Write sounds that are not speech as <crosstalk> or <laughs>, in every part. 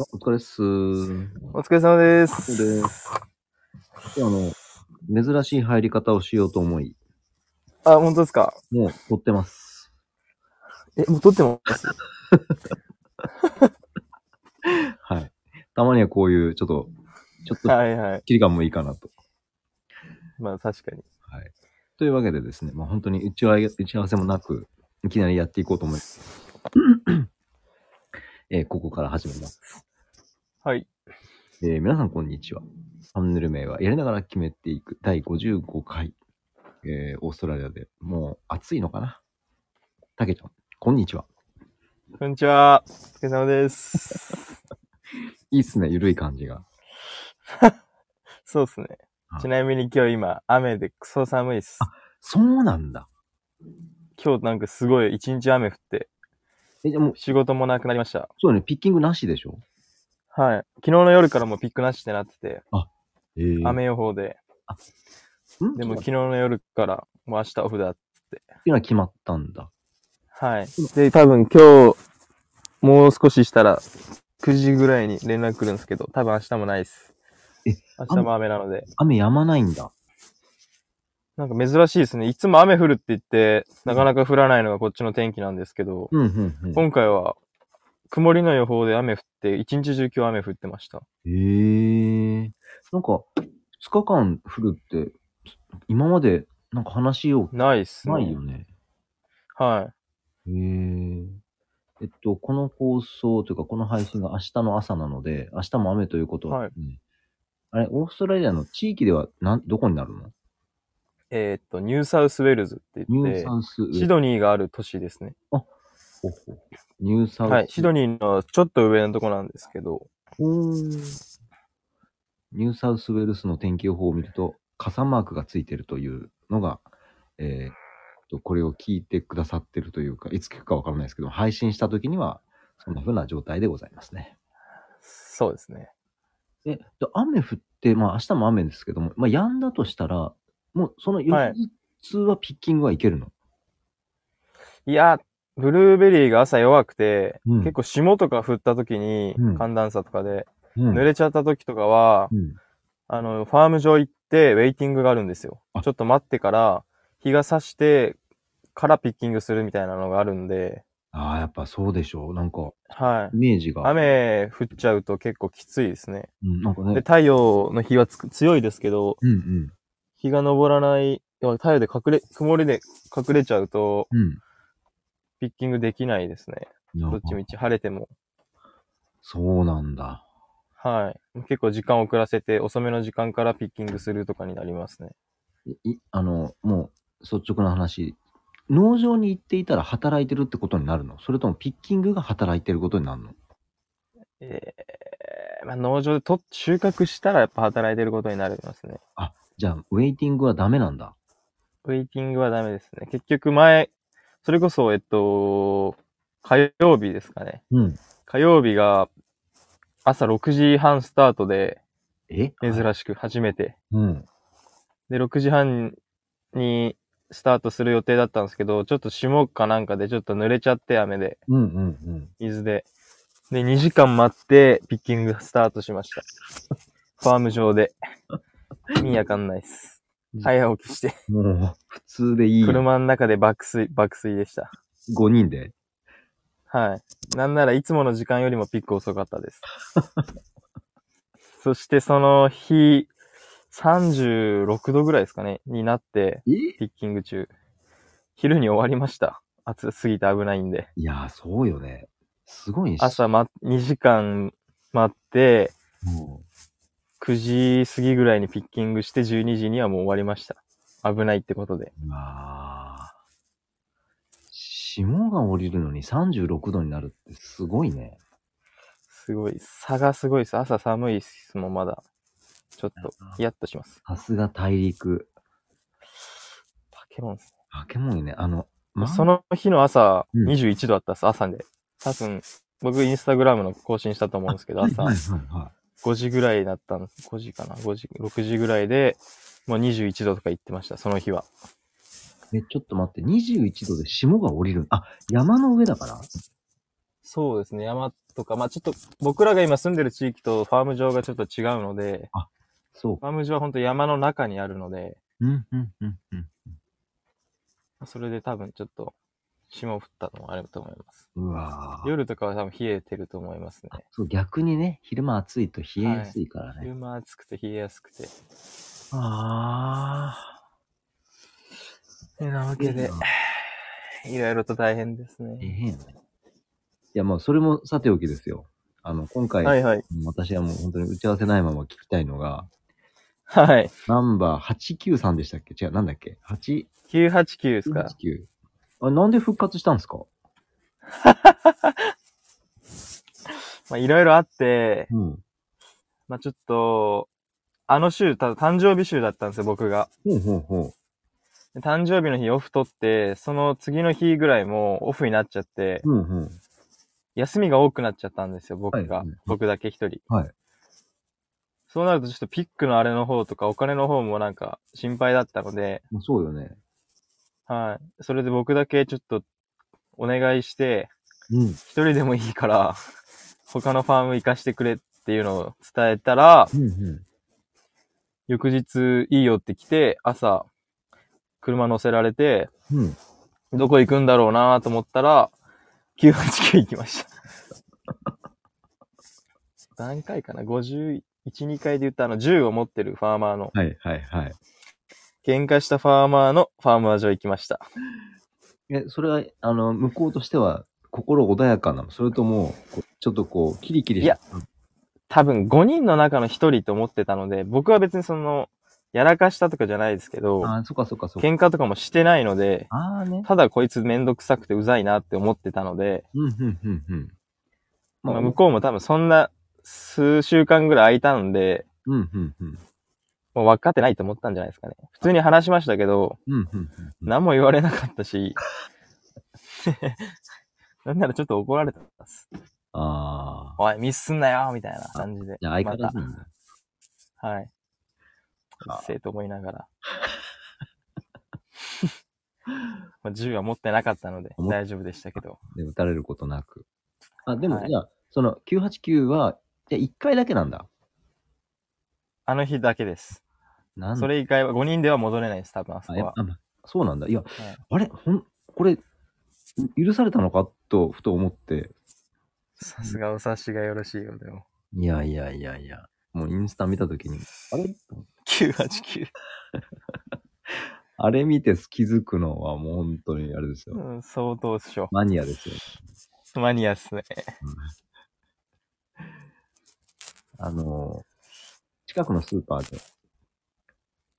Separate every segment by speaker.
Speaker 1: あお疲れっす。
Speaker 2: お疲れ様です。
Speaker 1: そうです。今日あの、珍しい入り方をしようと思い、
Speaker 2: あ、本当ですか。
Speaker 1: もう撮ってます。
Speaker 2: え、もう撮ってます
Speaker 1: はい。たまにはこういう、ちょっと、ちょっと、
Speaker 2: はいはい。
Speaker 1: 切り感もいいかなと。
Speaker 2: まあ確かに。
Speaker 1: はい。というわけでですね、まあ本当に打ち合わせ打ち合わせもなく、いきなりやっていこうと思います。 <clears throat> えーここから始めます。
Speaker 2: はい。
Speaker 1: えー皆さんこんにちは。チャンネル名はやりながら決めていく第55回。えーオーストラリアでもう暑いのかなたけちゃん、こんにちは。
Speaker 2: こんにちは。お疲れ様です。
Speaker 1: いいっすね、ゆるい感じが。
Speaker 2: そうですね
Speaker 1: は。い
Speaker 2: ちなみに今日今、雨でクソ寒いっす。
Speaker 1: そうなんだ。
Speaker 2: 今日なんかすごい一日雨降って、
Speaker 1: え、でも、
Speaker 2: 仕事もなくなりました。
Speaker 1: そうだね、ピッキングなしでしょ
Speaker 2: はい。昨日の夜からもうピックなしってなってて、
Speaker 1: えー、
Speaker 2: 雨予報で、
Speaker 1: ん
Speaker 2: で
Speaker 1: で
Speaker 2: も
Speaker 1: も、
Speaker 2: 昨日の夜からもう明日オフだ。
Speaker 1: ピは決まったんだ。
Speaker 2: はい。で、多分今日、もう少ししたら、9時ぐらいに連絡来るんですけど、多分明日もないっす。
Speaker 1: え
Speaker 2: 明日も雨なので。
Speaker 1: 雨止まないんだ。
Speaker 2: なんか珍しいですね。いつも雨降るって言って、なかなか降らないのがこっちの天気なんですけど、
Speaker 1: うん、うん、うん。
Speaker 2: 今回は曇りの予報で雨降って、一日中今日雨降ってました。
Speaker 1: えー、なんか、2日間降るって、今までなんか話を
Speaker 2: ないっすね。
Speaker 1: ないよね。
Speaker 2: は
Speaker 1: へえ。えっと、この放送というか、この配信が明日の朝なので、明日も雨ということは、
Speaker 2: はい
Speaker 1: うんあれ、オーストラリアの地域ではなんどこになるの
Speaker 2: い。えーっと、ニューサウスウェールズって
Speaker 1: ニ
Speaker 2: 言
Speaker 1: ュー
Speaker 2: って
Speaker 1: サ、ウスウェ
Speaker 2: シ
Speaker 1: ル
Speaker 2: ドニーがある都市ですね。
Speaker 1: ほほニューサウス、
Speaker 2: はい。シドニーのちょっと上のとこなんですけど、
Speaker 1: ほーニューサウスウェールスの天気予報を見ると、傘マークがついてるというのが、えーっと、これを聞いてくださってるというか、いつ聞くかわからないですけど、配信した時には、そんな風な状態でございますね。
Speaker 2: そうですね。
Speaker 1: え、で雨降って、まあ明日も雨ですけども、まあ止んだとしたら、もうその翌
Speaker 2: はい
Speaker 1: 日はピッキングはいけるの。
Speaker 2: いや、ブルーベリーが朝弱くて、
Speaker 1: うん
Speaker 2: 結構霜とか降った時に、
Speaker 1: うん
Speaker 2: 寒暖差とかで、
Speaker 1: うん
Speaker 2: 濡れちゃった時とかは、
Speaker 1: うん
Speaker 2: あの、ファーム上行って、ウェイティングがあるんですよ
Speaker 1: あ。
Speaker 2: ちょっと待ってから、日が差してからピッキングするみたいなのがあるんで、
Speaker 1: ああ、やっぱそうでしょう。なんか、
Speaker 2: はい
Speaker 1: イ。メージが。
Speaker 2: 雨降っちゃうと結構きついですね。
Speaker 1: うん、なんか
Speaker 2: で、
Speaker 1: ね。
Speaker 2: 太陽の日はつく強いですけど、
Speaker 1: うんうん。
Speaker 2: 日が昇らない、要は太陽で隠れ、曇りで隠れちゃうと、
Speaker 1: うん。
Speaker 2: ピッキングできないですね。
Speaker 1: な
Speaker 2: どっちみち晴れても。
Speaker 1: そうなんだ。
Speaker 2: はい。結構時間遅らせて、遅めの時間からピッキングするとかになりますね。
Speaker 1: いいあの、もう、率直な話。農場に行っていたら働いてるってことになるのそれともピッキングが働いてることになるの
Speaker 2: えー、まあ農場でと収穫したらやっぱ働いてることになりますね。
Speaker 1: じゃあ、ウェイティングはダメなんだ。
Speaker 2: ウェイティングはダメですね。結局前、それこそ、えっと、火曜日ですかね。
Speaker 1: うん。
Speaker 2: 火曜日が朝6時半スタートで、
Speaker 1: え
Speaker 2: 珍しく初めて。
Speaker 1: うん。
Speaker 2: で、6時半にスタートする予定だったんですけど、ちょっと霜かなんかでちょっと濡れちゃって、雨で、
Speaker 1: うんうんうん。
Speaker 2: 水で。で、2時間待って、ピッキングがスタートしました。 <laughs> ファーム上で。意味わかんないっす。早起きして、
Speaker 1: もう、普通でいいや。
Speaker 2: 車の中で爆睡、爆睡でした。
Speaker 1: 5人で。
Speaker 2: はい。なんならいつもの時間よりもピック遅かったです。 <laughs> そしてその日、36度ぐらいですかね、になって、
Speaker 1: え
Speaker 2: ピッキング中。昼に終わりました。暑すぎて危ないんで。
Speaker 1: いやー、そうよね。すごいね。
Speaker 2: 朝、ま、2時間待って、
Speaker 1: も
Speaker 2: 9時過ぎぐらいにピッキングして、12時にはもう終わりました。危ないってことで。
Speaker 1: う。うわー霜が降りるのに36度になるってすごいね。
Speaker 2: すごい、差がすごいです。朝寒いですもん、まだ。ちょっと、ヒヤッとします。
Speaker 1: さすが大陸。
Speaker 2: バケモンっす
Speaker 1: 化け物よね。あの、ま
Speaker 2: そ、の日の朝、
Speaker 1: うん
Speaker 2: 21度あったっす、朝で。多分、僕、インスタグラムの更新したと思うんですけど、
Speaker 1: はい
Speaker 2: 朝
Speaker 1: はいはいは
Speaker 2: 5時ぐらいだったんです。5時かな ?5 時、6時ぐらいで、もう21度とか言ってました、その日は。
Speaker 1: い。え、ちょっと待って、21度で霜が降りる。あ、山の上だから
Speaker 2: そうですね、山とか、まあちょっと僕らが今住んでる地域とファーム場がちょっと違うので、
Speaker 1: そう
Speaker 2: ファーム場は本当山の中にあるので、
Speaker 1: うん、うん、うん、うん。
Speaker 2: それで多分ちょっと霜降ったのもあると思います。
Speaker 1: うわぁ。
Speaker 2: 夜とかは多分冷えてると思いますね。
Speaker 1: そう、逆にね、昼間暑いと冷えやすいからね。
Speaker 2: 昼間暑くて冷えやすくて。
Speaker 1: あ
Speaker 2: てなわ
Speaker 1: あ。い
Speaker 2: け
Speaker 1: い
Speaker 2: で
Speaker 1: な、
Speaker 2: いろいろと大変です
Speaker 1: ええ
Speaker 2: ね。
Speaker 1: やん。いや、まあ、それもさておきですよ。あの、今回、
Speaker 2: はいはい。
Speaker 1: 私はもう本当に打ち合わせないまま聞きたいのが、
Speaker 2: はい。
Speaker 1: ナンバー893でしたっけ違う、なんだっけ ?8、
Speaker 2: 989ですか。
Speaker 1: 9あれ、なんで復活したんですか
Speaker 2: まあいろいろあって、
Speaker 1: うん。
Speaker 2: まあちょっと、あの週、た誕生日週だったんですよ、僕が。
Speaker 1: ほうほうほ
Speaker 2: で誕生日の日オフ取って、その次の日ぐらいもオフになっちゃって、
Speaker 1: う。うんうん。
Speaker 2: 休みが多くなっちゃったんですよ、僕
Speaker 1: は
Speaker 2: が
Speaker 1: いはい。
Speaker 2: 僕だけ一人。
Speaker 1: はい。
Speaker 2: そうなるとちょっとピックのあれの方とかお金の方もなんか心配だったので、
Speaker 1: まあそうよね。
Speaker 2: はい。それで僕だけちょっとお願いして、
Speaker 1: うん。
Speaker 2: 一人でもいいから、他のファーム行かしてくれっていうのを伝えたら、
Speaker 1: うんう
Speaker 2: 翌日いいよって来て、朝、車乗せられて、
Speaker 1: ん。うん。
Speaker 2: どこ行くんだろうなと思ったら、989行きました。何回かな ?51、2回で言ったあの、銃を持ってるファーマーの、
Speaker 1: はいはいはい。
Speaker 2: 喧嘩したファーマーのファーマー場行きました。
Speaker 1: え、それは、あの、向こうとしては、心穏やかなのそれとも、こうちょっとこう、キリキリし
Speaker 2: いや多分5人の中の1人と思ってたので、僕は別にその、やらかしたとかじゃないですけど、
Speaker 1: ああ、そっかそっかそっか。
Speaker 2: 喧嘩とかもしてないので、
Speaker 1: ああね。
Speaker 2: ただこいつめんどくさくてうざいなって思ってたので、
Speaker 1: うんうんうんうん。
Speaker 2: まあ、向こうも多分そんな数週間ぐらい空いたんで、
Speaker 1: うんうんうん。
Speaker 2: もう分かってないと思ったんじゃないですかね。普通に話しましたけど、
Speaker 1: うんうんうん。
Speaker 2: 何も言われなかったし、 <laughs> なんならちょっと怒られたんです。
Speaker 1: ああ。
Speaker 2: おい、ミスすんなよみたいな感じで。
Speaker 1: じゃあ相変わらずなんだ。
Speaker 2: またはい。う
Speaker 1: あ
Speaker 2: っせえと思いながら。 <laughs> まあ銃は持ってなかったので
Speaker 1: 思っ
Speaker 2: 大丈夫でしたけど。
Speaker 1: で、撃たれることなく。あ、でも、
Speaker 2: はい
Speaker 1: じゃあ、その、989は、じゃあ1回だけなんだ。
Speaker 2: あの日だけです。
Speaker 1: なん
Speaker 2: それ以外は5人では戻れないです、多分あそ
Speaker 1: あ
Speaker 2: こ
Speaker 1: やっ
Speaker 2: は
Speaker 1: ぱ。あまあそうなんだ。いや、あれ、ほん、これ、う許されたのかと、ふと思って。
Speaker 2: さすがお察しがよろしいよ、でも。
Speaker 1: いやいやいやいや。もうインスタ見たときに、あれ
Speaker 2: 989。
Speaker 1: あれ見て気づくのはもう本当にあれですよ。
Speaker 2: <laughs> うん、相当っしょ。
Speaker 1: マニアですよ。
Speaker 2: マニアっすね。
Speaker 1: あの近くのスーパーで、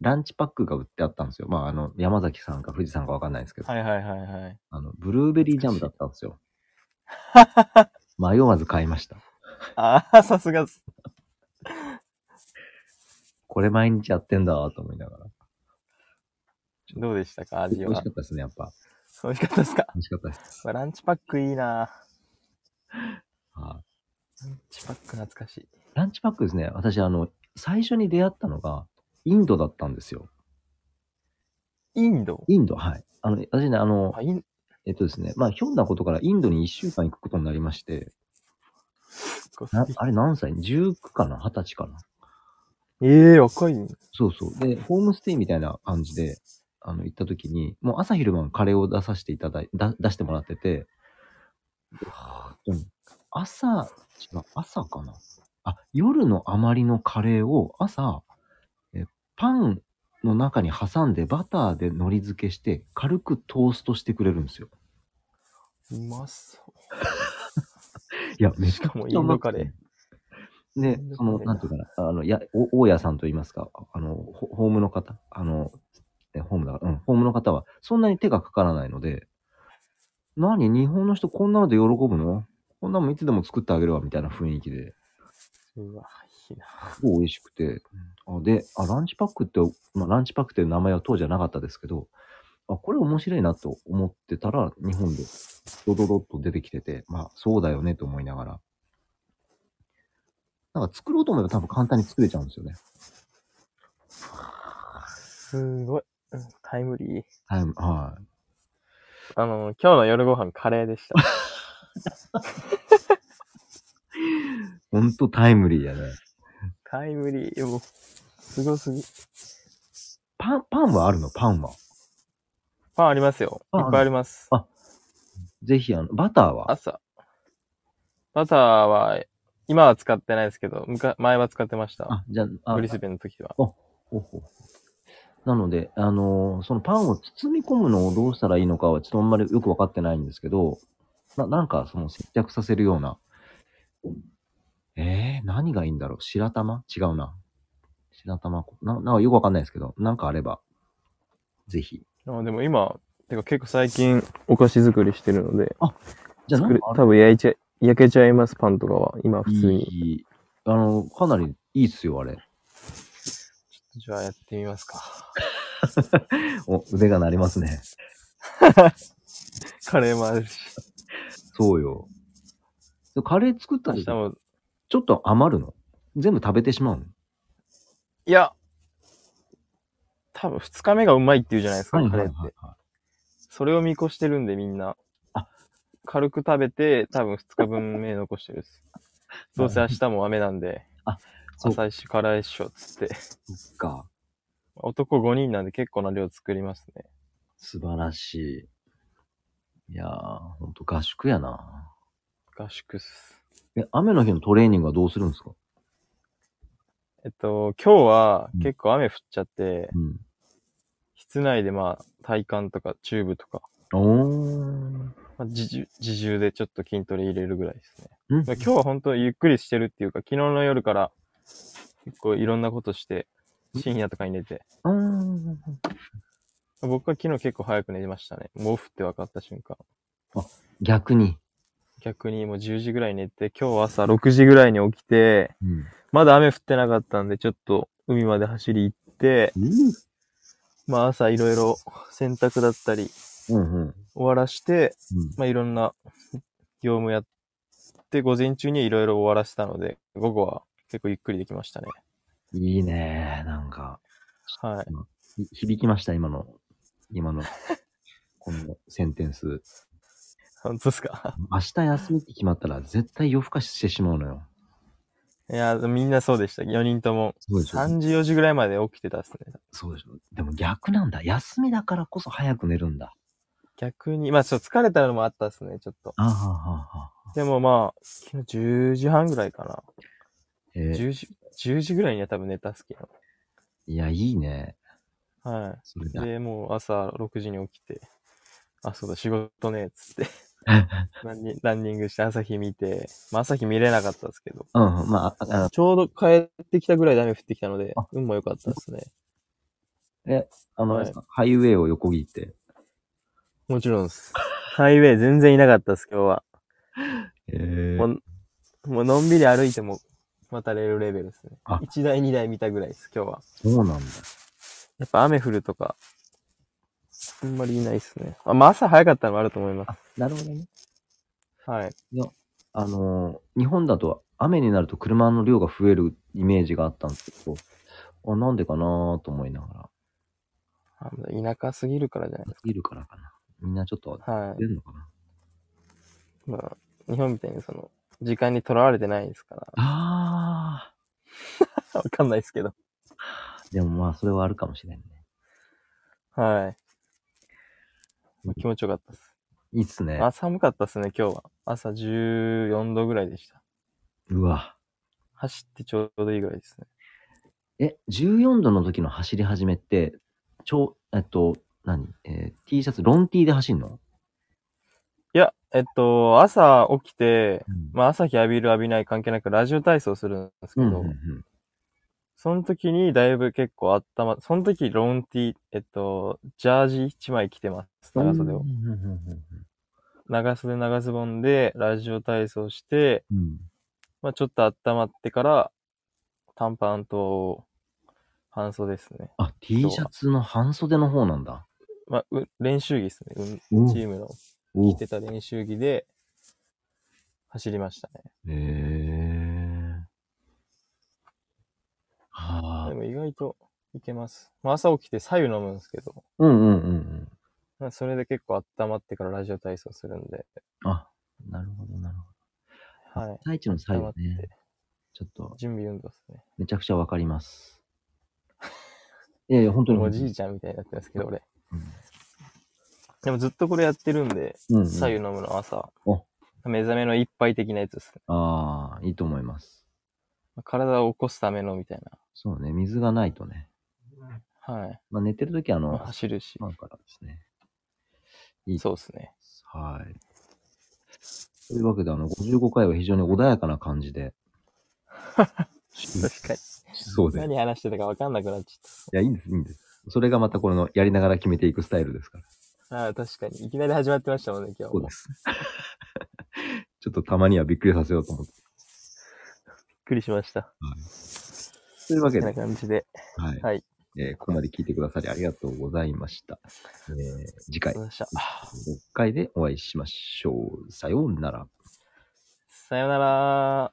Speaker 1: ランチパックが売ってあったんですよ。まあ、あの、山崎さんか富士山かわかんないですけど、
Speaker 2: はいはいはいはい。
Speaker 1: あの、ブルーベリージャムだったんですよ。迷わず買いました。
Speaker 2: ああ、さすがっす。
Speaker 1: これ毎日やってんだと思いながら。
Speaker 2: どうでしたか、味
Speaker 1: 美味し
Speaker 2: は
Speaker 1: か。ったですね、やっぱ。
Speaker 2: 美味しかったですか。
Speaker 1: 美味しかったです。
Speaker 2: う <laughs> わランチパックいいな
Speaker 1: はい
Speaker 2: ランチパック懐かしい。
Speaker 1: ランチパックですね、私、あの、最初に出会ったのが、インドだったんですよ。
Speaker 2: インド
Speaker 1: インド、はい。あの、私ね、あの
Speaker 2: あ、、イン、
Speaker 1: えっとですね、まあ、ひょんなことからインドに1週間行くことになりまして、
Speaker 2: こ
Speaker 1: なあれ何歳 ?19 かな ?20 歳かな
Speaker 2: ええ若いね。
Speaker 1: そうそう。で、ホームステイみたいな感じで、あの、行った時に、もう朝昼晩カレーを出させていただい、だ出してもらってて、うん朝、違う、朝かなあ、夜の余りのカレーを朝、えパンの中に挟んでバターで海苔付けして、軽くトーストしてくれるんですよ。
Speaker 2: うまそう。
Speaker 1: いや、め
Speaker 2: しかもインドカレ
Speaker 1: ー。
Speaker 2: ー。イ
Speaker 1: で
Speaker 2: ン、ド
Speaker 1: そ
Speaker 2: カレ
Speaker 1: の、
Speaker 2: ーだ
Speaker 1: なんていうかな、あの、や、お大家さんといいますか、あの、ホホームの方、あの、えホームだから、うん、ホームの方は、そんなに手がかからないので、何、日本の人こんなので喜ぶのこんなもんいつでも作ってあげるわ、みたいな雰囲気で、
Speaker 2: うわ、いいな。
Speaker 1: すごい美味しくて、あで、あ、ランチパックって、まあ、ランチパックっていう名前は当時はなかったですけど、あ、これ面白いなと思ってたら、日本でドドドッと出てきてて、まあ、そうだよねと思いながら。なんか作ろうと思えば多分簡単に作れちゃうんですよね。
Speaker 2: すごい。うんタイムリー。
Speaker 1: はい。はい、
Speaker 2: <laughs> あの、今日の夜ご飯カレーでした。
Speaker 1: んとタイムリーやね。
Speaker 2: タイムリー。もう、すごすぎ。
Speaker 1: パン、パンはあるのパンは。
Speaker 2: パンありますよ。い
Speaker 1: パン
Speaker 2: っぱいあります。
Speaker 1: ぜひ、あの、バターは。
Speaker 2: 朝。バターは、今は使ってないですけど、むか前は使ってました。
Speaker 1: あ、じゃあ、あ
Speaker 2: ブリスベンの時は。
Speaker 1: ほうほうほうなので、あのーそのパンを包み込むのをどうしたらいいのかはちょっとあんまりよくわかってないんですけど、ななんかその接着させるような、えー、何がいいんだろう白玉違うな。白玉ななんかよくわかんないですけど、なんかあれば、ぜひ。
Speaker 2: あでも今、てか結構最近お菓子作りしてるので、
Speaker 1: じゃあ、な
Speaker 2: 作
Speaker 1: ん
Speaker 2: る
Speaker 1: かあ
Speaker 2: 多分焼いちゃ、焼けちゃいます、パンとかは。今普
Speaker 1: れ
Speaker 2: 通
Speaker 1: い
Speaker 2: に。
Speaker 1: い、あの、かなりいいっすよ、あれ。
Speaker 2: じゃあやってみますか。 <laughs>
Speaker 1: お、腕が鳴りますね。
Speaker 2: カレーもあるし。
Speaker 1: そうよ。カレー作った
Speaker 2: 明
Speaker 1: 時
Speaker 2: 日も。
Speaker 1: ちょっと余るの全部食べてしまうの
Speaker 2: いや、多分2日目がうまいって言うじゃないですか、カレーって。それを見越してるんで、みんな。
Speaker 1: あ
Speaker 2: 軽く食べて、多分2日分目残してるっ
Speaker 1: <laughs>
Speaker 2: す。どうせ明日も雨なんで、
Speaker 1: あそう
Speaker 2: 朝一辛いっしょ、つって。
Speaker 1: そっか。
Speaker 2: 男5人なんで結構な量作りますね。
Speaker 1: 素晴らしい。いやー、ほんと合宿やな。
Speaker 2: 合宿っす。
Speaker 1: え、雨の日のトレーニングはどうするんですか
Speaker 2: えっと、今日は
Speaker 1: うん
Speaker 2: 結構雨降っちゃって、
Speaker 1: うん。
Speaker 2: 室内でまあ、体幹とかチューブとか、
Speaker 1: おー。
Speaker 2: まあ、自重自重でちょっと筋トレ入れるぐらいですね。
Speaker 1: うん
Speaker 2: まあ、今日は本当ゆっくりしてるっていうか、昨日の夜から結構いろんなことして、深夜とかに寝て、
Speaker 1: うーん。
Speaker 2: 僕は昨日結構早く寝てましたね。もうオフって分かった瞬間。
Speaker 1: 逆に。
Speaker 2: 逆にもう10時ぐらいに寝て、今日は朝6時ぐらいに起きて、
Speaker 1: うん。
Speaker 2: まだ雨降ってなかったんで、ちょっと海まで走り行って、まあ朝いろいろ洗濯だったり
Speaker 1: うんうん。
Speaker 2: 終わらして、
Speaker 1: うん、
Speaker 2: まあいろんな業務やって、午前中にいろいろ終わらせたので、午後は結構ゆっくりできましたね。
Speaker 1: いいねー、なんか。
Speaker 2: はい。
Speaker 1: ひ響きました、今の。今 <laughs> の。このセンテンス。
Speaker 2: 本当ですか <laughs>
Speaker 1: 明日休みって決まったら絶対夜更かししてしまうのよ。
Speaker 2: いや、みんなそうでした。4人とも
Speaker 1: そうでしょ
Speaker 2: 3時、4時ぐらいまで起きてたっすね。
Speaker 1: そうでしょでも逆なんだ。休みだからこそ早く寝るんだ。
Speaker 2: 逆に、まあちょっと疲れたのもあったっすね、ちょっと。
Speaker 1: あははは。
Speaker 2: でもまあ、昨日10時半ぐらいかな。
Speaker 1: えー
Speaker 2: 10時、10時ぐらいには多分寝たっすけど。
Speaker 1: いや、いいね。
Speaker 2: は
Speaker 1: それ
Speaker 2: い。
Speaker 1: だ。
Speaker 2: で、もう朝6時に起きて、あ、そうだ、仕事ね、つ <laughs> って。ランニランニングして朝日見て、まあ朝日見れなかったですけど、
Speaker 1: うん、まあ、ああ
Speaker 2: ちょうど帰ってきたぐらいで雨降ってきたので
Speaker 1: あ、
Speaker 2: 運も良かったですね。
Speaker 1: あの、
Speaker 2: はい
Speaker 1: ハイウェイを横切って。
Speaker 2: もちろんです。 <laughs> ハイウェイ全然いなかったです、今日は。
Speaker 1: え
Speaker 2: もう、もうのんびり歩いても、またれるレベルですね
Speaker 1: あ。
Speaker 2: 1台、2台見たぐらいです、今日は。
Speaker 1: そうなんだ。
Speaker 2: やっぱ雨降るとか、あんまりいないですね。あまあ、朝早かったのもあると思いま
Speaker 1: なるほどね。
Speaker 2: す。はい。
Speaker 1: あのー日本だと雨になると車の量が増えるイメージがあったんですけど、あなんでかなーと思いなが
Speaker 2: あ田舎すぎるからじゃない
Speaker 1: ら、いるからかな。みんなちょっと
Speaker 2: は
Speaker 1: 出るのかな。
Speaker 2: い。まあ、日本みたいにその、時間にとらわれてないですから。
Speaker 1: あ
Speaker 2: わかんないですけど。
Speaker 1: ー。でもまあ、それはあるかもしれんね。
Speaker 2: はい。まあ気持ちよかったです。
Speaker 1: いいっすね。
Speaker 2: あ、寒かったですね、今日は。朝14度ぐらいでした。
Speaker 1: うわ。
Speaker 2: 走ってちょうどいいぐらいですね。
Speaker 1: え、14度の時の走り始めって、ちょう、えっと、何えー T シャツ、ロン T で走んの
Speaker 2: いや、えっと、朝起きて、
Speaker 1: うん
Speaker 2: まあ朝日浴びる浴びない関係なくラジオ体操するんですけ
Speaker 1: う
Speaker 2: ど、
Speaker 1: んうんうん。
Speaker 2: その時にだいぶ結構あったま、その時ロンティ、えっと、ジャージ1枚着てます。長袖を
Speaker 1: う。んうんうんうん
Speaker 2: 長袖長ズボンでラジオ体操して、
Speaker 1: うん。
Speaker 2: まあちょっと温まってから、短パンと半袖ですね。
Speaker 1: あ、T シャツの半袖の方なんだ。
Speaker 2: まあ、う練習着ですね。
Speaker 1: う
Speaker 2: うんん、チームの
Speaker 1: お
Speaker 2: 着てた練習着で走りましたね。
Speaker 1: へえ。は
Speaker 2: で
Speaker 1: あ。
Speaker 2: も意外といけます。まあ朝起きて左右飲むんですけど、
Speaker 1: うんうんうんうん。
Speaker 2: まあそれで結構温まってからラジオ体操するんで、
Speaker 1: あ、なるほどなるほ
Speaker 2: はい
Speaker 1: ど。。大地の最
Speaker 2: 温ま
Speaker 1: 後
Speaker 2: って
Speaker 1: ね。ちょっと、
Speaker 2: 準備運動ですね。
Speaker 1: めちゃくちゃわかります。 <laughs> いやいや、本当に
Speaker 2: お
Speaker 1: 本当に。
Speaker 2: じいちゃんみたいになってますけど、俺。
Speaker 1: うん
Speaker 2: でもずっとこれやってるんで、
Speaker 1: うんうん
Speaker 2: 左右飲むの朝
Speaker 1: お。
Speaker 2: 目覚めの一杯的なやつですね。
Speaker 1: ああ、いいと思います。
Speaker 2: 体を起こすためのみたい
Speaker 1: そうね、水がないとね。
Speaker 2: な。はい。
Speaker 1: まあ、寝てるときあ
Speaker 2: ま
Speaker 1: の、
Speaker 2: あ走るし。
Speaker 1: まあからですね。いい
Speaker 2: そうですね。
Speaker 1: はい。というわけで、あの、55回は非常に穏やかな感じ
Speaker 2: <laughs>
Speaker 1: で。
Speaker 2: 確かに。
Speaker 1: そうです。い
Speaker 2: 何話してたか分かんなくなっちゃ
Speaker 1: や、
Speaker 2: っ
Speaker 1: いいんです、いいんです。それがまたこの、やりながら決めていくスタイルですから。
Speaker 2: た。ああ、確かに。いきなり始まってましたもんね、今日
Speaker 1: そう
Speaker 2: も
Speaker 1: で。す。 <laughs> ちょっとたまにはびっくりさせようと思って。
Speaker 2: びっくりしました。
Speaker 1: というわ
Speaker 2: こ
Speaker 1: け
Speaker 2: ん
Speaker 1: で、
Speaker 2: な感じで。
Speaker 1: はい。
Speaker 2: はい。
Speaker 1: えーここまで聞いてくださりありがとうございました。えー次回、
Speaker 2: ありがとうございました。
Speaker 1: 6回でお会いしましょう。さようなら。
Speaker 2: さよなら。